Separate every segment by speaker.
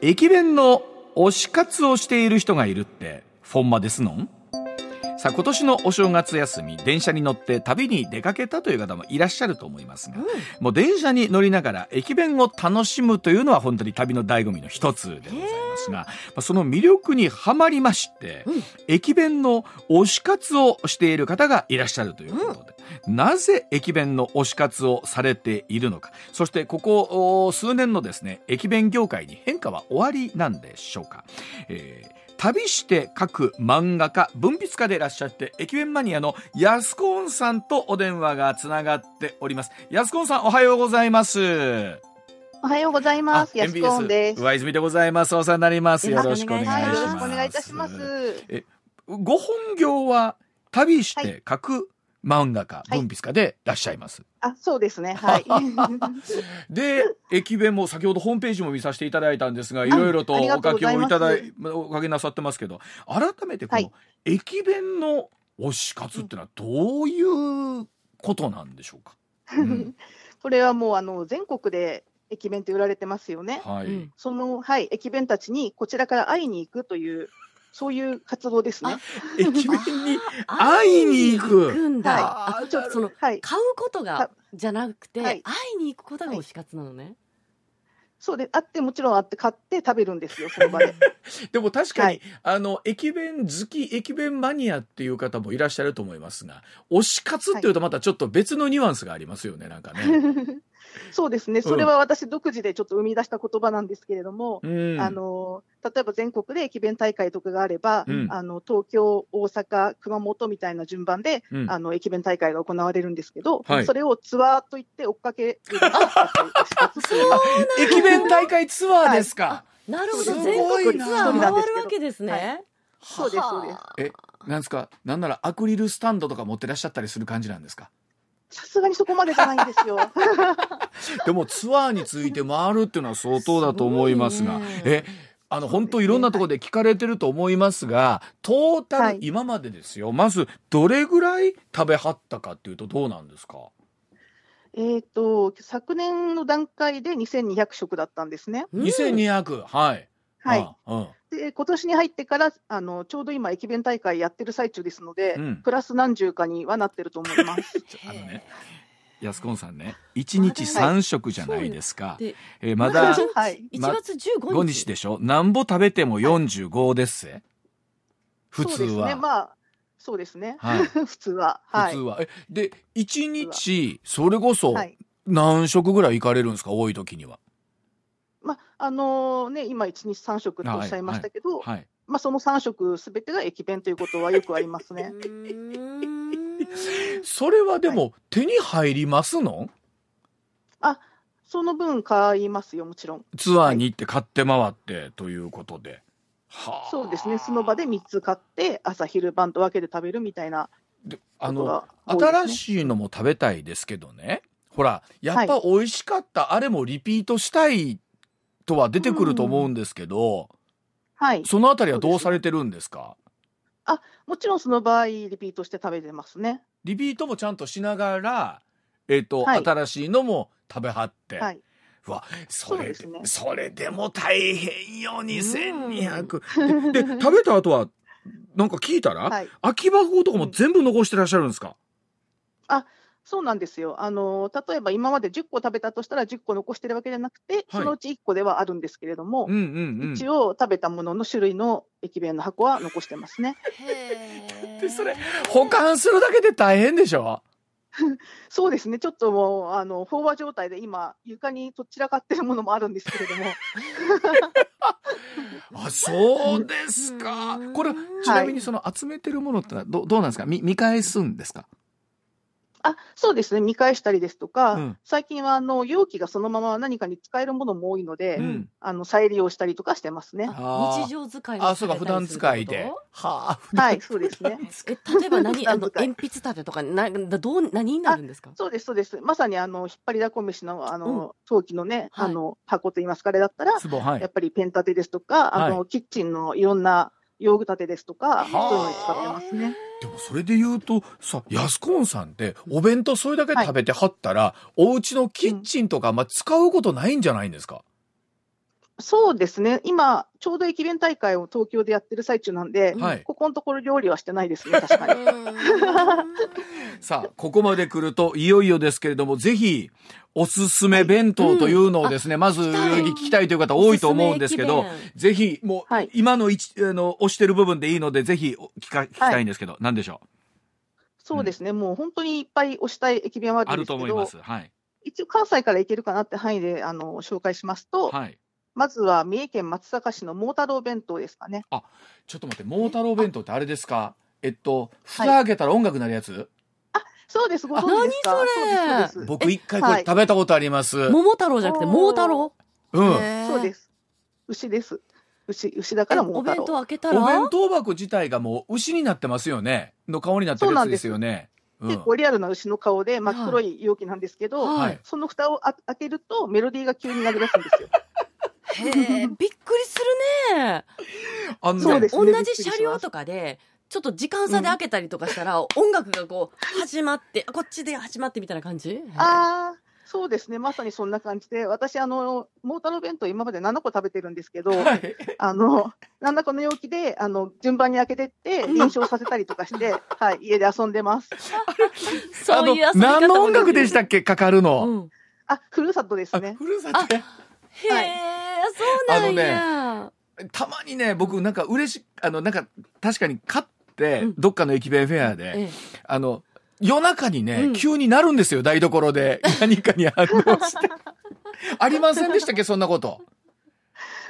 Speaker 1: 駅弁の推し活をしている人がいるってフォンマですのんさあ今年のお正月休み電車に乗って旅に出かけたという方もいらっしゃると思いますが、もう電車に乗りながら駅弁を楽しむというのは本当に旅の醍醐味の一つでございますが、まあその魅力にはまりまして、駅弁の推し活をしている方がいらっしゃるということで、なぜ駅弁の推し活をされているのかそしてここお数年のですね駅弁業界に変化は終わりなんでしょうか、えー旅して書く漫画家文筆家でいらっしゃって駅弁マニアの安子恩さんとお電話がつながっております安子恩さんおはようございます
Speaker 2: おはようございます。
Speaker 1: あ
Speaker 2: やすこんです。
Speaker 1: 上泉でございますお世話になりますよろしくお願いし
Speaker 2: はい、
Speaker 1: ま
Speaker 2: よ
Speaker 1: す
Speaker 2: ろしくお願いいたします。
Speaker 1: ご本業は旅して書く漫画家、
Speaker 2: はい
Speaker 1: 文筆家でいらっしゃいます。
Speaker 2: あ、そうですね。はい。
Speaker 1: で、駅弁も先ほどホームページも見させていただいたんですが、いろいろと
Speaker 2: あ
Speaker 1: お
Speaker 2: りがとう
Speaker 1: 書
Speaker 2: ご
Speaker 1: き
Speaker 2: ざい
Speaker 1: を
Speaker 2: ます
Speaker 1: いただい、おかけなさってますけど、改めてこ
Speaker 2: は
Speaker 1: の
Speaker 2: い
Speaker 1: 駅弁の推し活ってのはどういうことなんでし ょうか。 うん
Speaker 2: これはもうあの全国で駅弁って売られてますよね。
Speaker 1: はい。
Speaker 3: うん
Speaker 2: そのはい、駅弁たちにこちらから会いに行くというそういう活動ですね。
Speaker 1: 駅弁 に会いに行く
Speaker 3: 会いにんだ。
Speaker 2: はい
Speaker 1: あ
Speaker 3: あちょっとその
Speaker 2: はい、
Speaker 3: 買うことが
Speaker 2: は
Speaker 3: じゃなくて、
Speaker 2: はい
Speaker 3: 会いに行くことが推し活なのね。
Speaker 2: そうであってもちろんあって買って食べるんですよその 場で。
Speaker 1: でも確かに、
Speaker 2: はい
Speaker 1: あの駅弁好き駅弁マニアっていう方もいらっしゃると思いますが推し活っていうとまたちょっと別のニュアンスがありますよねなんか ね。
Speaker 2: そうですね。それは私独自でちょっと生み出した言葉なんですけれども。
Speaker 1: うん、
Speaker 2: あの例えば全国で駅弁大会とかがあれば、
Speaker 1: うん
Speaker 2: あの東京、大阪、熊本みたいな順番で、
Speaker 1: うん
Speaker 2: あの駅弁大会が行われるんですけど、
Speaker 1: はい
Speaker 2: それをツアーといって追っかける
Speaker 1: 駅弁大会ツアーですか。
Speaker 3: なるほ
Speaker 1: す
Speaker 3: ど
Speaker 1: ごいな
Speaker 3: 全国ツアー回るわけですね。
Speaker 2: はいそうですそうです
Speaker 3: はあ
Speaker 1: なんですかなんならアクリルスタンドとか持ってらっしゃったりする感じなんですか
Speaker 2: さすがにそこまでじゃないんですよ。
Speaker 1: でもツアーについて回るっていうのは相当だと思いますが
Speaker 3: すごいね
Speaker 1: えあの本当いろんなところで聞かれてると思いますがトータ
Speaker 2: は
Speaker 1: ル
Speaker 2: い
Speaker 1: 今までですよ、まずどれぐらい食べはったかっていうとどうなんですか
Speaker 2: えっと昨年の段階で2200食だったんですね。
Speaker 3: うん
Speaker 1: 2200はい。
Speaker 2: はい、
Speaker 1: あうん
Speaker 2: で今年に入ってからあのちょうど今、駅弁大会やってる最中ですので、
Speaker 1: うん
Speaker 2: プラス何十かにはなってると思います。
Speaker 1: あのね安子さんね一日三食じゃないですか、
Speaker 3: で
Speaker 1: えーまだ
Speaker 3: 一
Speaker 2: はい
Speaker 3: 1月15
Speaker 1: 5日でしょなんぼ食べても45ですぜ、普通
Speaker 2: そうですね、
Speaker 1: は、
Speaker 2: まあ、そうですね、
Speaker 1: はい
Speaker 2: 普通は。はい、
Speaker 1: 普通はえで一日それこそ
Speaker 2: はい
Speaker 1: 何食ぐらい行かれるんですか多い時には
Speaker 2: まああのね、今、1日3食っておっしゃいましたけど、
Speaker 1: はい
Speaker 2: まあ、その3食すべてが駅弁ということはよくありますね。
Speaker 3: うーん
Speaker 1: それはでも手に入りますの
Speaker 2: その分買いますよ、もちろん。
Speaker 1: ツアーに行って買って回ってということで、はあ
Speaker 2: そうですね、その場で3つ買って、朝、昼、晩と分けて食べるみたいな
Speaker 1: であ
Speaker 2: こと
Speaker 1: の
Speaker 2: が多いです、ね。
Speaker 1: 新しいのも食べたいですけどねほらやっぱ
Speaker 2: は
Speaker 1: 美味しかった、あれもリピートしたいとは出てくると思うんですけど、
Speaker 2: はい、
Speaker 1: そのあたりはどうされてるんですか
Speaker 2: もちろんその場合、リピートして食べてますね。
Speaker 1: リピートもちゃんとしながら、えっと
Speaker 2: はい
Speaker 1: 新しいのも食べはって、
Speaker 2: はい、
Speaker 1: それで
Speaker 2: そうですね
Speaker 1: それでも大変よ2200でで食べた後はなんか聞いたら、
Speaker 2: はい、
Speaker 1: 空き箱とかも全部残してらっしゃるんですか、
Speaker 2: そうなんですよあの例えば今まで10個食べたとしたら10個残してるわけじゃなくて、そのうち1個ではあるんですけれども、
Speaker 1: うん、うんうん
Speaker 2: 一応食べたものの種類の駅弁の箱は残してま すね。
Speaker 3: へー
Speaker 1: でそれ保管するだけで大変でしょ
Speaker 2: そうですね、ちょっともう、あの飽和状態で今、床にとっちらかってるものもあるんですけれども、
Speaker 1: あそうですか
Speaker 3: うん
Speaker 1: これちなみにその集めてるものってのはどどうなんですか見見返すんですか
Speaker 2: あそうですね、見返したりですとか、
Speaker 1: うん
Speaker 2: 最近はあの容器がそのまま何かに使えるものも多いので、
Speaker 1: うん
Speaker 2: あの再利用したりとかしてますね。
Speaker 1: あー
Speaker 3: 日常使いも
Speaker 1: あそうか
Speaker 3: さ
Speaker 1: 普
Speaker 3: れた
Speaker 1: 段
Speaker 3: りするってこと
Speaker 1: 使いでは あ
Speaker 2: はい、そうですね。
Speaker 3: え例えば何あの
Speaker 2: 普段使い
Speaker 3: 鉛筆立てとかなどう何になるんですか。
Speaker 2: そうです、そうです。まさにあの引っ張りだこ飯のあ
Speaker 3: う
Speaker 2: の陶器のね、
Speaker 3: はい
Speaker 2: あの箱といいますか、あれだったら、
Speaker 1: ツボはい
Speaker 2: やっぱりペン立てですとか、あのキッチンのいろんな用具立てですとか、そういうのに使ってますね。
Speaker 1: でもそれで言うとさ安コーンさんってお弁当それだけ食べてはったら、お家のキッチンとか、まあ、使うことないんじゃないんですか、
Speaker 2: そうですね、今、ちょうど駅弁大会を東京でやってる最中なんで、
Speaker 1: はい
Speaker 2: ここのところ料理はしてない ですね、確かに。
Speaker 1: さあここまで来るといよいよですけれどもぜひおすすめ弁当というのをですね、まず
Speaker 3: たい
Speaker 1: 聞きたいという方多いと思うんですけど
Speaker 3: おすすめ駅
Speaker 1: ぜひもう、
Speaker 2: はい
Speaker 1: 今の一あの押してる部分でいいのでぜひお聞か聞きたいんですけど、何でしょ
Speaker 2: そうですね、もう本当にいっぱい推したい駅弁は
Speaker 1: うあ
Speaker 2: あるん
Speaker 1: る
Speaker 2: です
Speaker 1: と
Speaker 2: け
Speaker 1: 思いま
Speaker 2: ど、
Speaker 1: すはい
Speaker 2: 一応関西から行けるかなって範囲であの紹介しますと、
Speaker 1: はい
Speaker 2: まずは三重県松阪市の桃太郎弁当ですかね。
Speaker 1: ちょっと待って桃太郎弁当ってあれですかえっと
Speaker 2: は
Speaker 1: 蓋
Speaker 2: い
Speaker 1: 開けたら音楽なるやつ、
Speaker 2: そうです、ご存知ですか
Speaker 3: 何そ
Speaker 2: そうですそうです
Speaker 1: 僕一回
Speaker 2: え
Speaker 1: こ
Speaker 2: は
Speaker 1: れ
Speaker 2: い
Speaker 1: 食べたことあります、
Speaker 3: 桃太郎じゃなくて
Speaker 2: おー
Speaker 3: 桃太郎。。
Speaker 1: うん
Speaker 2: そうですす。牛です。牛、牛だ
Speaker 3: え
Speaker 2: から桃
Speaker 3: お
Speaker 2: 太
Speaker 3: 弁
Speaker 2: 郎。
Speaker 3: 当開けた
Speaker 1: お弁
Speaker 3: ら。
Speaker 1: 当箱自体がもう牛になってますよねの顔になってるやつですよねうん
Speaker 2: 結構リアルな牛の顔で真っ黒い容器なんですけど、
Speaker 1: はい
Speaker 2: その蓋をあ開けるとメロディーが急になり出すんですよ。
Speaker 3: へーびっくりするね。
Speaker 1: あのね
Speaker 2: そうです
Speaker 3: 同
Speaker 2: ね
Speaker 3: じ車両とかで、ちょっと時間差で開けたりとかしたら、音楽がこう、始まって、こっちで始まってみたいな感じ
Speaker 2: ああ、そうですね。まさにそんな感じで、私、あの、モータル弁当今まで7個食べてるんですけど、
Speaker 1: はい
Speaker 2: あの、何らかの容器で、あの、順番に開けてって、臨床させたりとかして、はい、家で遊んでます。
Speaker 3: そういう遊び方も
Speaker 1: 何の音楽でしたっけかかるの、
Speaker 3: うん
Speaker 2: あ、ふるさとですね。
Speaker 1: ふるさとね
Speaker 3: へえ、そうなんや。
Speaker 1: たまにね僕なんか嬉しあのなんか確かに勝って、
Speaker 3: うん
Speaker 1: どっかの駅弁フェアで、
Speaker 3: ええ
Speaker 1: あの夜中にね、
Speaker 3: うん
Speaker 1: 急になるんですよ台所 で何かに反応してありませんでしたっけそんなこと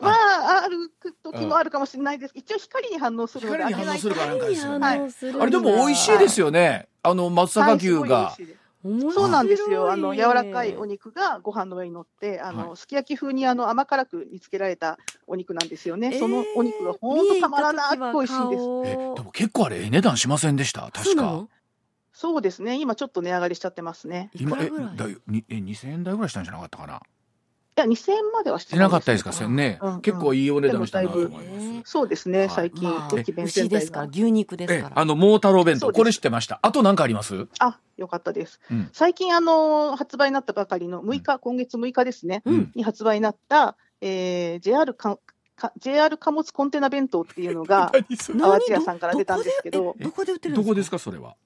Speaker 2: まあ、ある時もあるかもしれないです。一応、光に反応するので、
Speaker 1: 光に
Speaker 2: 開けな
Speaker 1: 反応する。からなん
Speaker 2: いと
Speaker 1: かですよね、
Speaker 3: 何やするんだ
Speaker 1: あれでも美味しいですよねあの松阪牛が、
Speaker 2: はいすごい美味しいです
Speaker 3: 面白い
Speaker 2: そうなんですよ。あの柔らかいお肉がご飯の上に乗って、あの、
Speaker 1: は
Speaker 2: すき焼き風にあの甘辛く煮つけられたお肉なんですよね。
Speaker 3: えー
Speaker 2: そのお肉が本当たまらなく美味しいんです。
Speaker 1: え
Speaker 3: 見えた時は顔
Speaker 1: でも結構あれええ値段しませんでした
Speaker 3: そう
Speaker 1: 確
Speaker 3: な
Speaker 1: か
Speaker 3: の
Speaker 2: そうですね。今ちょっと値上がりしちゃってますね。
Speaker 3: いくらぐら
Speaker 1: だ
Speaker 3: い
Speaker 1: いにえ2000円台ぐらいしたんじゃなかったかない
Speaker 2: や、2000円までは
Speaker 1: し
Speaker 2: し
Speaker 1: ててなかったですか
Speaker 2: けど
Speaker 1: せんね、
Speaker 2: うん
Speaker 1: 結構いいお値段したなと思います、
Speaker 3: でもだいぶね
Speaker 2: そうです
Speaker 1: は
Speaker 2: ね。
Speaker 1: い
Speaker 2: 最近、
Speaker 3: まあ
Speaker 2: 駅弁
Speaker 3: 牛
Speaker 2: 全
Speaker 3: で
Speaker 2: 体
Speaker 3: すから
Speaker 2: が。
Speaker 3: 牛肉です
Speaker 1: え
Speaker 3: か
Speaker 1: えあ
Speaker 3: ら
Speaker 1: の桃太郎弁当
Speaker 2: そうです
Speaker 1: これ知ってましたあと何かあります
Speaker 2: あ、よかったです。
Speaker 1: うん
Speaker 2: 最近、あの、発売になったばかりの6日、今月6日ですね、
Speaker 1: うん
Speaker 2: に発売になった、えー JR かか JR 貨物コンテナ弁当っていう のが、
Speaker 1: 何それ
Speaker 2: 淡路屋さんから出たんですけど
Speaker 3: 何どこでえどこで売ってるん
Speaker 1: どこです
Speaker 3: か
Speaker 1: かそれは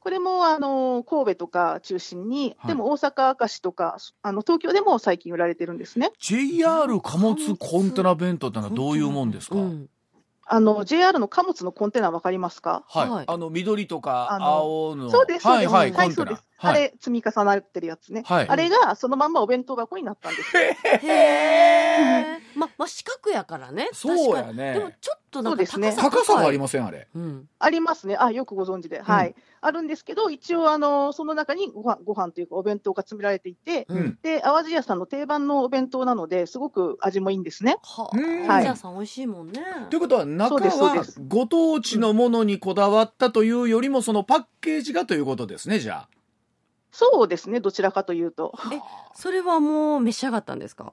Speaker 2: これもあの神戸とか中心に、
Speaker 1: はい
Speaker 2: でも大阪明石とかそあの東京でも最近売られてるんですね。
Speaker 1: JR 貨物コンテナ弁当ってのはどういうもんですか、
Speaker 3: うん
Speaker 2: あの JR の貨物のコンテナわかりますか？
Speaker 1: はい、
Speaker 3: はい
Speaker 1: あの緑とか
Speaker 2: あの
Speaker 1: 青の
Speaker 2: そうです、そう
Speaker 1: は
Speaker 2: で
Speaker 1: い
Speaker 2: す、
Speaker 1: はい、
Speaker 2: は
Speaker 1: コ
Speaker 2: い
Speaker 1: ン
Speaker 2: そ
Speaker 1: テ
Speaker 2: うです
Speaker 1: ナ、は
Speaker 2: あ
Speaker 1: い
Speaker 2: れ積み重なってるやつね、
Speaker 1: はい
Speaker 2: あれがそのまんまお弁当箱になったんですよ。
Speaker 3: へえままあ四角やからね
Speaker 1: そう
Speaker 3: 確
Speaker 1: や
Speaker 3: か
Speaker 1: ね
Speaker 3: にでもちょっとなんか
Speaker 2: そうですね
Speaker 1: 高さがあり
Speaker 3: ま
Speaker 1: ませんあれ
Speaker 3: すうん
Speaker 2: ありますね、あよくご存知で、はい、あるんですけど、一応あのその中にご飯ご飯というかお弁当が詰められていて、
Speaker 1: うん、
Speaker 2: で淡路屋さんの定番のお弁当なのですごく味もいいんですね。
Speaker 3: は
Speaker 1: うん
Speaker 3: あ、はい、さん美味しいもんね。
Speaker 1: ということは中
Speaker 2: そうですそうで
Speaker 1: は
Speaker 2: す
Speaker 1: ご当地のものにこだわったというよりもそのパッケージがということですねじゃ
Speaker 2: そうですね、どちらかというと。
Speaker 1: あ
Speaker 3: えそれはもう召し上がったんですか。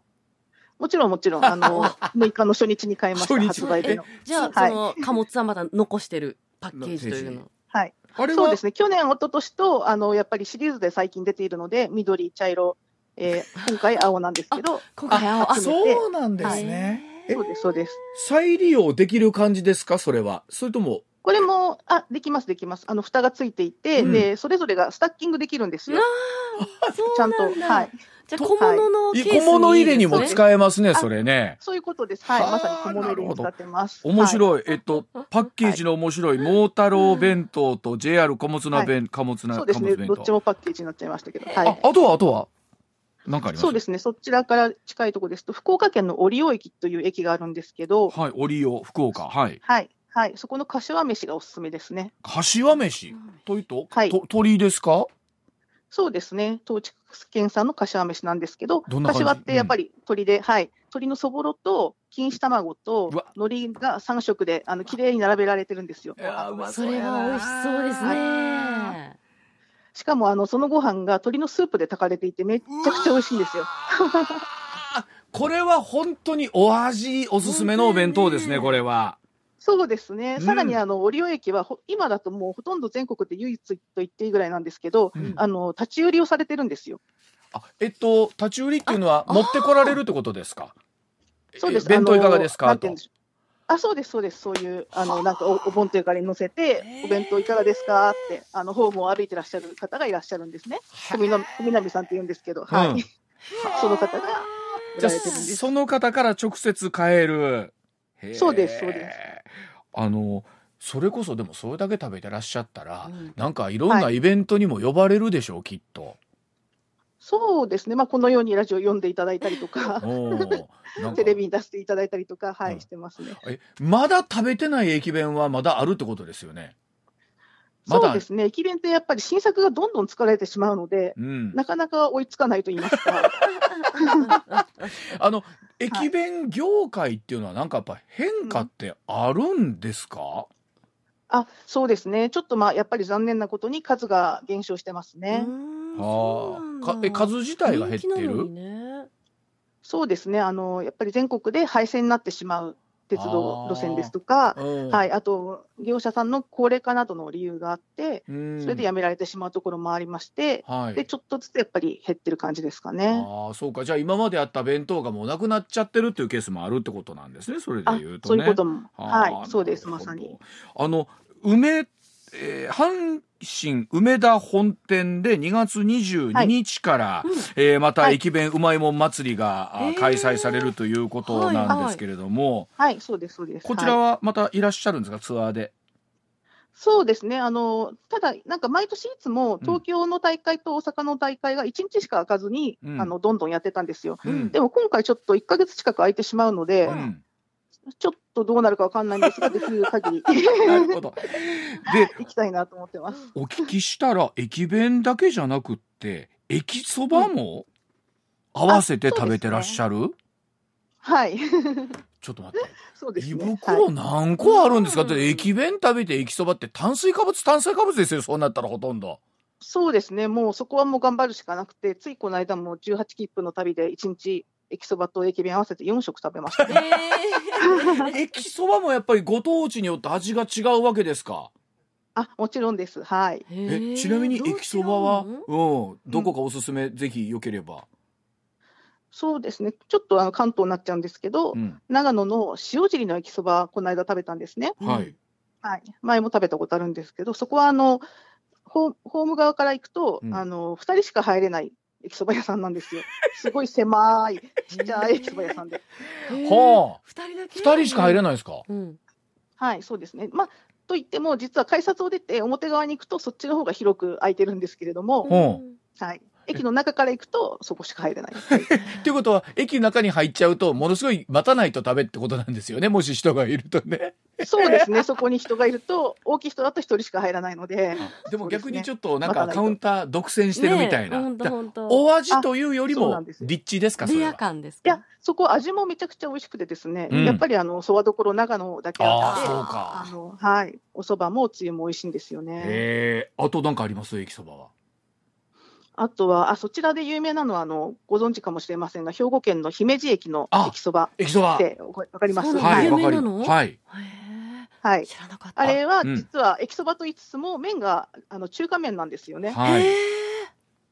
Speaker 2: もちろん、もち ろん、あの、6日の初日に買いました、
Speaker 1: 初日
Speaker 2: 発売日の。
Speaker 3: じゃあ、
Speaker 2: はい
Speaker 3: その貨物はまだ残してるパッケージというの。
Speaker 2: はい。
Speaker 1: あれ
Speaker 2: そう
Speaker 1: は
Speaker 2: ですね、去年、一昨年と、あの、やっぱりシリーズで最近出ているので、緑、茶色、えー今回青なんですけど、
Speaker 3: 今回青
Speaker 2: あ
Speaker 3: あ
Speaker 2: そ
Speaker 1: そうなんですね、
Speaker 3: え
Speaker 1: え
Speaker 2: そうです、そうです。
Speaker 1: 再利用できる感じですかそれはそれとも
Speaker 2: これも、あ、できます、できます。あの、蓋がついていて、
Speaker 1: うん
Speaker 2: で、それぞれがスタッキングできるんですよ。ちゃんと、
Speaker 3: そうなんだ
Speaker 2: はい。
Speaker 3: じゃあ小物のケースに
Speaker 1: 小物入れにも
Speaker 3: う。
Speaker 1: 使えますね
Speaker 2: あ
Speaker 1: それね
Speaker 2: そういうことです。はい。
Speaker 1: はあ
Speaker 2: まさに小物入れに使ってます。
Speaker 1: 面白、
Speaker 2: はい
Speaker 1: えっとパッケージの面白い桃太郎弁当と JR 貨物な弁、貨物
Speaker 2: い
Speaker 1: な
Speaker 2: そう
Speaker 1: 貨
Speaker 2: です
Speaker 1: 物
Speaker 2: ね、
Speaker 1: 弁
Speaker 2: どっち
Speaker 1: 当
Speaker 2: もパッケージになっちゃいましたけど、
Speaker 3: へー
Speaker 2: は
Speaker 1: あ
Speaker 2: い。
Speaker 1: あとはあとはなんかあります
Speaker 2: そうですね、そちらから近いところですと、福岡県の折尾駅という駅があるんですけど、
Speaker 1: はい折尾福岡はい
Speaker 2: はい、はい、そこの柏飯がおすすめですね。
Speaker 1: 柏飯というと,、
Speaker 2: はい
Speaker 1: と鳥居ですか
Speaker 2: そうですね、東地県産の柏飯なんですけど、
Speaker 1: どんな感じ
Speaker 2: 柏ってやっぱり鳥で、はい、鳥のそぼろと錦糸卵と
Speaker 1: うわ
Speaker 2: 海苔が3色であの綺麗に並べられてるんですよ。
Speaker 3: それは美味しそうですね。
Speaker 2: しかもあのそのご飯が鶏のスープで炊かれていて、めっちゃくちゃ美味しいんですよ。
Speaker 1: これは本当にお味おすすめのお弁当ですねこれは
Speaker 2: そうですね、さら
Speaker 1: う
Speaker 2: に
Speaker 1: ん
Speaker 2: あの折尾駅はほ今だともうほとんど全国で唯一と言っていいぐらいなんですけど、
Speaker 1: うん
Speaker 2: あの立ち売りをされてるんですよ。
Speaker 1: あえっと立ち売りっていうのは
Speaker 3: あ
Speaker 1: 持ってこられるってことですか
Speaker 2: そうです。
Speaker 1: え弁当いかがですか
Speaker 2: あのなんて言うんでしょうあ、そうです、そうです。そういう、あの、なんかお、お盆というかに乗せて
Speaker 3: へ、ー
Speaker 2: お弁当いかがですかって、あの、ホームを歩いてらっしゃる方がいらっしゃるんですね。小南小南さんって言うんですけど、はい。
Speaker 1: うん
Speaker 2: その方が売
Speaker 1: じゃ
Speaker 2: ら
Speaker 1: あ
Speaker 2: れてる んです。
Speaker 1: その方から直接買えるへー
Speaker 2: そうですそうです
Speaker 1: あのそれこそでもそれだけ食べてらっしゃったら、
Speaker 3: うん
Speaker 1: なんかいろんな
Speaker 2: は
Speaker 1: イベントにも呼ばれるでしょう、きっと。
Speaker 2: そうですね。まあ、このようにラジオ読んでいただいたりとか、
Speaker 1: おーなんか
Speaker 2: テレビに出していただいたりとか、は
Speaker 1: うん
Speaker 2: い、してますね。
Speaker 1: えまだ食べてない駅弁はまだあるってことですよね。まだ
Speaker 2: そうですね。駅弁ってやっぱり新作がどんどん作られてしまうので、
Speaker 1: うん、
Speaker 2: なかなか追いつかないと言いま すか。
Speaker 1: あの駅弁業界っていうのはなんかやっぱ変化ってあるんですか、
Speaker 2: あ、そうですね。ちょっとまあ、やっぱり残念なことに数が減少してますね。
Speaker 1: あーかえ数自体が減ってる
Speaker 3: る
Speaker 2: そうですねあの、やっぱり全国で廃線になってしまう鉄道
Speaker 1: あー
Speaker 2: 路線ですとか、
Speaker 1: うん
Speaker 2: はい、あと業者さんの高齢化などの理由があって、
Speaker 1: うん
Speaker 2: それでやめられてしまうところもありまして、
Speaker 1: はい、
Speaker 2: でちょっとずつやっぱり減ってる感じですかね。
Speaker 1: ああそうかじゃあ今まであった弁当がもうなくなっちゃってるっていうケースもあるってことなんですねそれで
Speaker 2: あ
Speaker 1: 言うと
Speaker 2: そう
Speaker 1: ね。
Speaker 2: いうことも、
Speaker 1: あー
Speaker 2: はい、そうです、
Speaker 1: な
Speaker 2: ま
Speaker 1: るほど
Speaker 2: さに。
Speaker 1: あの梅、えー阪神梅田本店で2月22日から、えーまた
Speaker 2: はい
Speaker 1: 駅弁うまいもん祭りが、あー
Speaker 3: えー
Speaker 1: 開催されるということなんですけれども、
Speaker 2: はい、そうです、そうです。
Speaker 1: こちら
Speaker 2: はい
Speaker 1: はまたいらっしゃるんですかツアーで。
Speaker 2: そうですねあの、ただ、なんか毎年いつも東京の大会と大阪の大会が1日しか開かずに、
Speaker 1: うん
Speaker 2: あのどんどんやってたんですよ。
Speaker 1: うん
Speaker 2: でも今回、ちょっと1ヶ月近く空いてしまうので、
Speaker 1: うん
Speaker 2: ちょっとどうなるかわかんないんですが、できる限り
Speaker 1: なるほど。で
Speaker 2: 行きたいなと思ってます。
Speaker 1: お聞きしたら駅弁だけじゃなくって駅そばも合わせて食べてらっしゃる、
Speaker 2: はい、
Speaker 1: ちょっと待って。
Speaker 2: そうです
Speaker 1: 胃
Speaker 2: ね。
Speaker 1: 袋何個あるんですか、
Speaker 3: うん
Speaker 1: だって駅弁食べて駅そばって炭水化物炭水化物ですよそうなったらほとんど
Speaker 2: そうですね。もうそこはもう頑張るしかなくて、ついこの間も18切符の旅で1日駅そばと駅弁合わせて4食食べ ました、
Speaker 3: え
Speaker 2: ね。
Speaker 1: 駅そばもやっぱりご当地によって味が違うわけですか
Speaker 2: あ、もちろんです。はい。
Speaker 3: ーへ
Speaker 1: え
Speaker 3: ー
Speaker 1: ちなみに
Speaker 3: どう違う
Speaker 1: 駅そばは
Speaker 3: の
Speaker 1: うんどこかおすすめ、ぜひよければ、
Speaker 2: そうですね。ちょっとあの関東になっちゃうんですけど、
Speaker 1: うん
Speaker 2: 長野の塩尻の駅そば、この間食べたんですね。
Speaker 1: はい、
Speaker 2: はい。前も食べたことあるんですけど、そこはあの、ホーホーム側から行くと、
Speaker 1: うん
Speaker 2: あの、二人しか入れない駅そば屋さんな んですよ。すごい狭い、ちっちゃい駅そば屋さんで。
Speaker 3: へー
Speaker 1: はあ
Speaker 3: 二人だけ
Speaker 1: 二人しか入れないんですか
Speaker 3: うん
Speaker 2: はい、そうですね。まあ、といっても、実は改札を出て表側に行くと、そっちの方が広く空いてるんですけれども、
Speaker 1: ほ
Speaker 2: はい。駅の中から行くと、そこしか入れない。
Speaker 1: っていうことは駅の中に入っちゃうとものすごい待たないとダメってことなんですよねもし人がいるとね
Speaker 2: そうで すね。そこに人がいると、大きい人だと一人しか入らないので、
Speaker 1: でも逆にちょっとなんかカ
Speaker 2: 待たないと
Speaker 1: ウンター独占してるみたいな、
Speaker 3: ねえほんと
Speaker 1: だ
Speaker 3: ほんと
Speaker 1: お味というより
Speaker 2: あそう
Speaker 1: も
Speaker 2: なんですよ
Speaker 1: 立地ですかそ
Speaker 3: レ
Speaker 1: れ
Speaker 3: ア
Speaker 1: は
Speaker 3: 感です
Speaker 2: い
Speaker 3: か
Speaker 2: や、そこ、味もめちゃくちゃ美味しくてですね、
Speaker 1: うん
Speaker 2: やっぱりあの、そばどころ長野だけあ
Speaker 1: あ
Speaker 2: っ
Speaker 1: あ
Speaker 2: て、
Speaker 1: そうか
Speaker 2: あのはい、お蕎麦もおつゆも美味しいんですよね。
Speaker 1: ええあとなんかあります駅そばは。
Speaker 2: あとはあ、そちらで有名なのはあの、ご存知かもしれませんが、兵庫県の姫路駅の
Speaker 1: あ
Speaker 2: 駅そば
Speaker 1: 駅そば。は
Speaker 2: っ
Speaker 1: い、
Speaker 2: てわかわかります
Speaker 3: そうなんだ
Speaker 2: はい
Speaker 3: 有
Speaker 1: わ
Speaker 3: 名
Speaker 1: かる。
Speaker 3: の
Speaker 1: はい。
Speaker 3: へー
Speaker 2: はい
Speaker 3: 知らなかった
Speaker 2: あれは
Speaker 1: うん
Speaker 2: 実は駅そばと言いつつも、麺があの中華麺なんですよね。
Speaker 1: は
Speaker 3: へ
Speaker 1: い。
Speaker 3: ー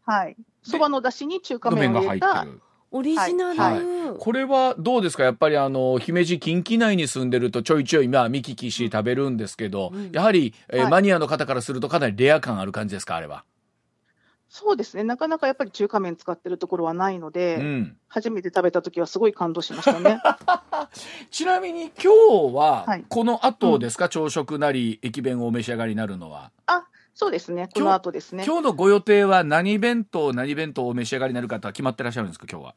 Speaker 2: はいそばのだしに中華
Speaker 1: の麺
Speaker 2: 麺
Speaker 1: が
Speaker 2: を入
Speaker 1: 入
Speaker 2: れ
Speaker 1: って
Speaker 2: た、
Speaker 1: る。
Speaker 3: オリジナル、
Speaker 1: はいこれはどうですかやっぱりあの、姫路近畿内に住んでるとちょいちょい、まあ、見聞きし食べるんですけど、
Speaker 3: うん
Speaker 1: やはり、えー
Speaker 2: はい
Speaker 1: マニアの方からするとかなりレア感ある感じですかあれは。
Speaker 2: そうですね、なかなかやっぱり中華麺使ってるところはないので、
Speaker 1: うん。
Speaker 2: 初めて食べたときはすごい感動しまし たね。
Speaker 1: ちなみに今日は
Speaker 2: はい、
Speaker 1: この後ですか、朝食なり、駅弁をお召し上がりになるのは。
Speaker 2: そうですね、この後ですね。
Speaker 1: 今日のご予定は何弁当、何弁当をお召し上がりになる方は決まってらっしゃるんですか今日は。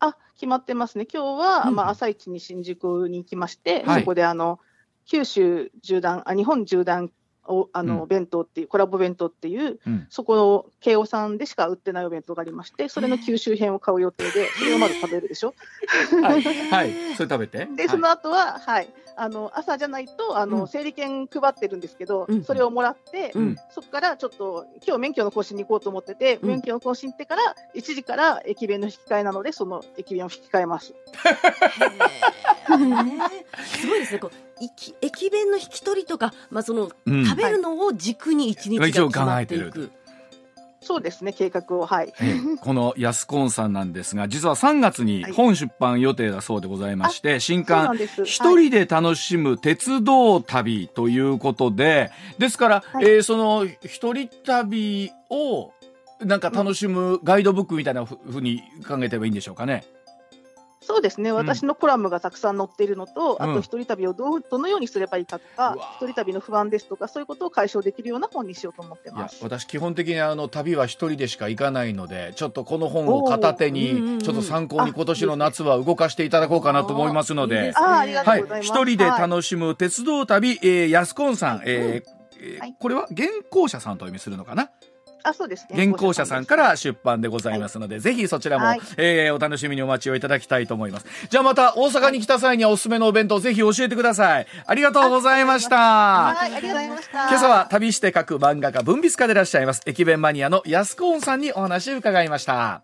Speaker 2: あ、決まってますね。今日は、
Speaker 1: うん
Speaker 2: まあ、朝一に新宿に行きまして、
Speaker 1: はい
Speaker 2: そこであの九州縦断あ日本縦断をあの、
Speaker 1: うん
Speaker 2: 弁当っていうコラボ弁当っていう
Speaker 1: うん。
Speaker 2: そこの慶応さんでしか売ってないお弁当がありまして、それの九州編を買う予定で、それをまず食べるでしょ。
Speaker 1: はい。はい。それ食べて。は
Speaker 2: で、
Speaker 1: い
Speaker 2: その後は、はい、あの朝じゃないとあの、
Speaker 3: うん
Speaker 2: 整理券配ってるんですけど、
Speaker 3: うん
Speaker 2: それをもらって、
Speaker 3: うん
Speaker 2: そこからちょっと今日免許の更新に行こうと思ってて、
Speaker 3: うん
Speaker 2: 免許の更新行ってから1時から駅弁の引き換えなので、その駅弁を引き換えます。
Speaker 3: へーすごいですね。こう駅駅弁の引き取りとか、まあその
Speaker 1: うん
Speaker 3: 食べるのを軸に一日が
Speaker 1: 一応
Speaker 3: 決まってい
Speaker 1: 考えて
Speaker 3: く。
Speaker 2: そうですね、計画を。はい。
Speaker 1: ええこの安コンさんなんですが、実は3月に
Speaker 2: はい
Speaker 1: 本出版予定だそうでございまして、新
Speaker 2: そう
Speaker 1: 刊
Speaker 2: なんです。
Speaker 1: 一
Speaker 2: はい
Speaker 1: 人で楽しむ鉄道旅ということで、ですから、
Speaker 2: はい
Speaker 1: えーその一人旅をなんか楽しむガイドブックみたいなふふうに考えてればいいんでしょうかね。
Speaker 2: そうですね、私のコラムがたくさん載っているのと、あ
Speaker 1: うん
Speaker 2: と一人旅をどうどのようにすればいいかと
Speaker 1: うわ
Speaker 2: か、一人旅の不安ですとか、そういうことを解消できるような本にしようと思って
Speaker 1: いや
Speaker 2: ます。
Speaker 1: 私基本的にあの旅は一人でしか行かないのでちょっとこの本を片手
Speaker 3: おーうんうんう
Speaker 1: に
Speaker 3: ん
Speaker 1: ちょっと参考に今年の夏は動かしていただこうかなと思いますので。
Speaker 3: あーいいですね
Speaker 2: あーありがと
Speaker 1: は
Speaker 2: う
Speaker 1: い
Speaker 2: ござい、ます。
Speaker 1: 一人で
Speaker 2: はい
Speaker 1: 楽しむ鉄道旅、えー、安コンさん、えーえー
Speaker 2: はい
Speaker 1: これは原稿者さんとお読みするのかな
Speaker 2: あそうですね
Speaker 1: 原稿者さんから出版でございますので、ぜひそちらも、
Speaker 2: はい
Speaker 1: えーお楽しみにお待ちをいただきたいと思いますじゃあまた大阪に来た際にはおすすめのお弁当ぜひ教えてくださいありがとうございました
Speaker 2: はい、ありがとうございました。
Speaker 1: 今朝は旅して書く漫画家文筆家でいらっしゃいます駅弁マニアの安コンさんにお話を伺いました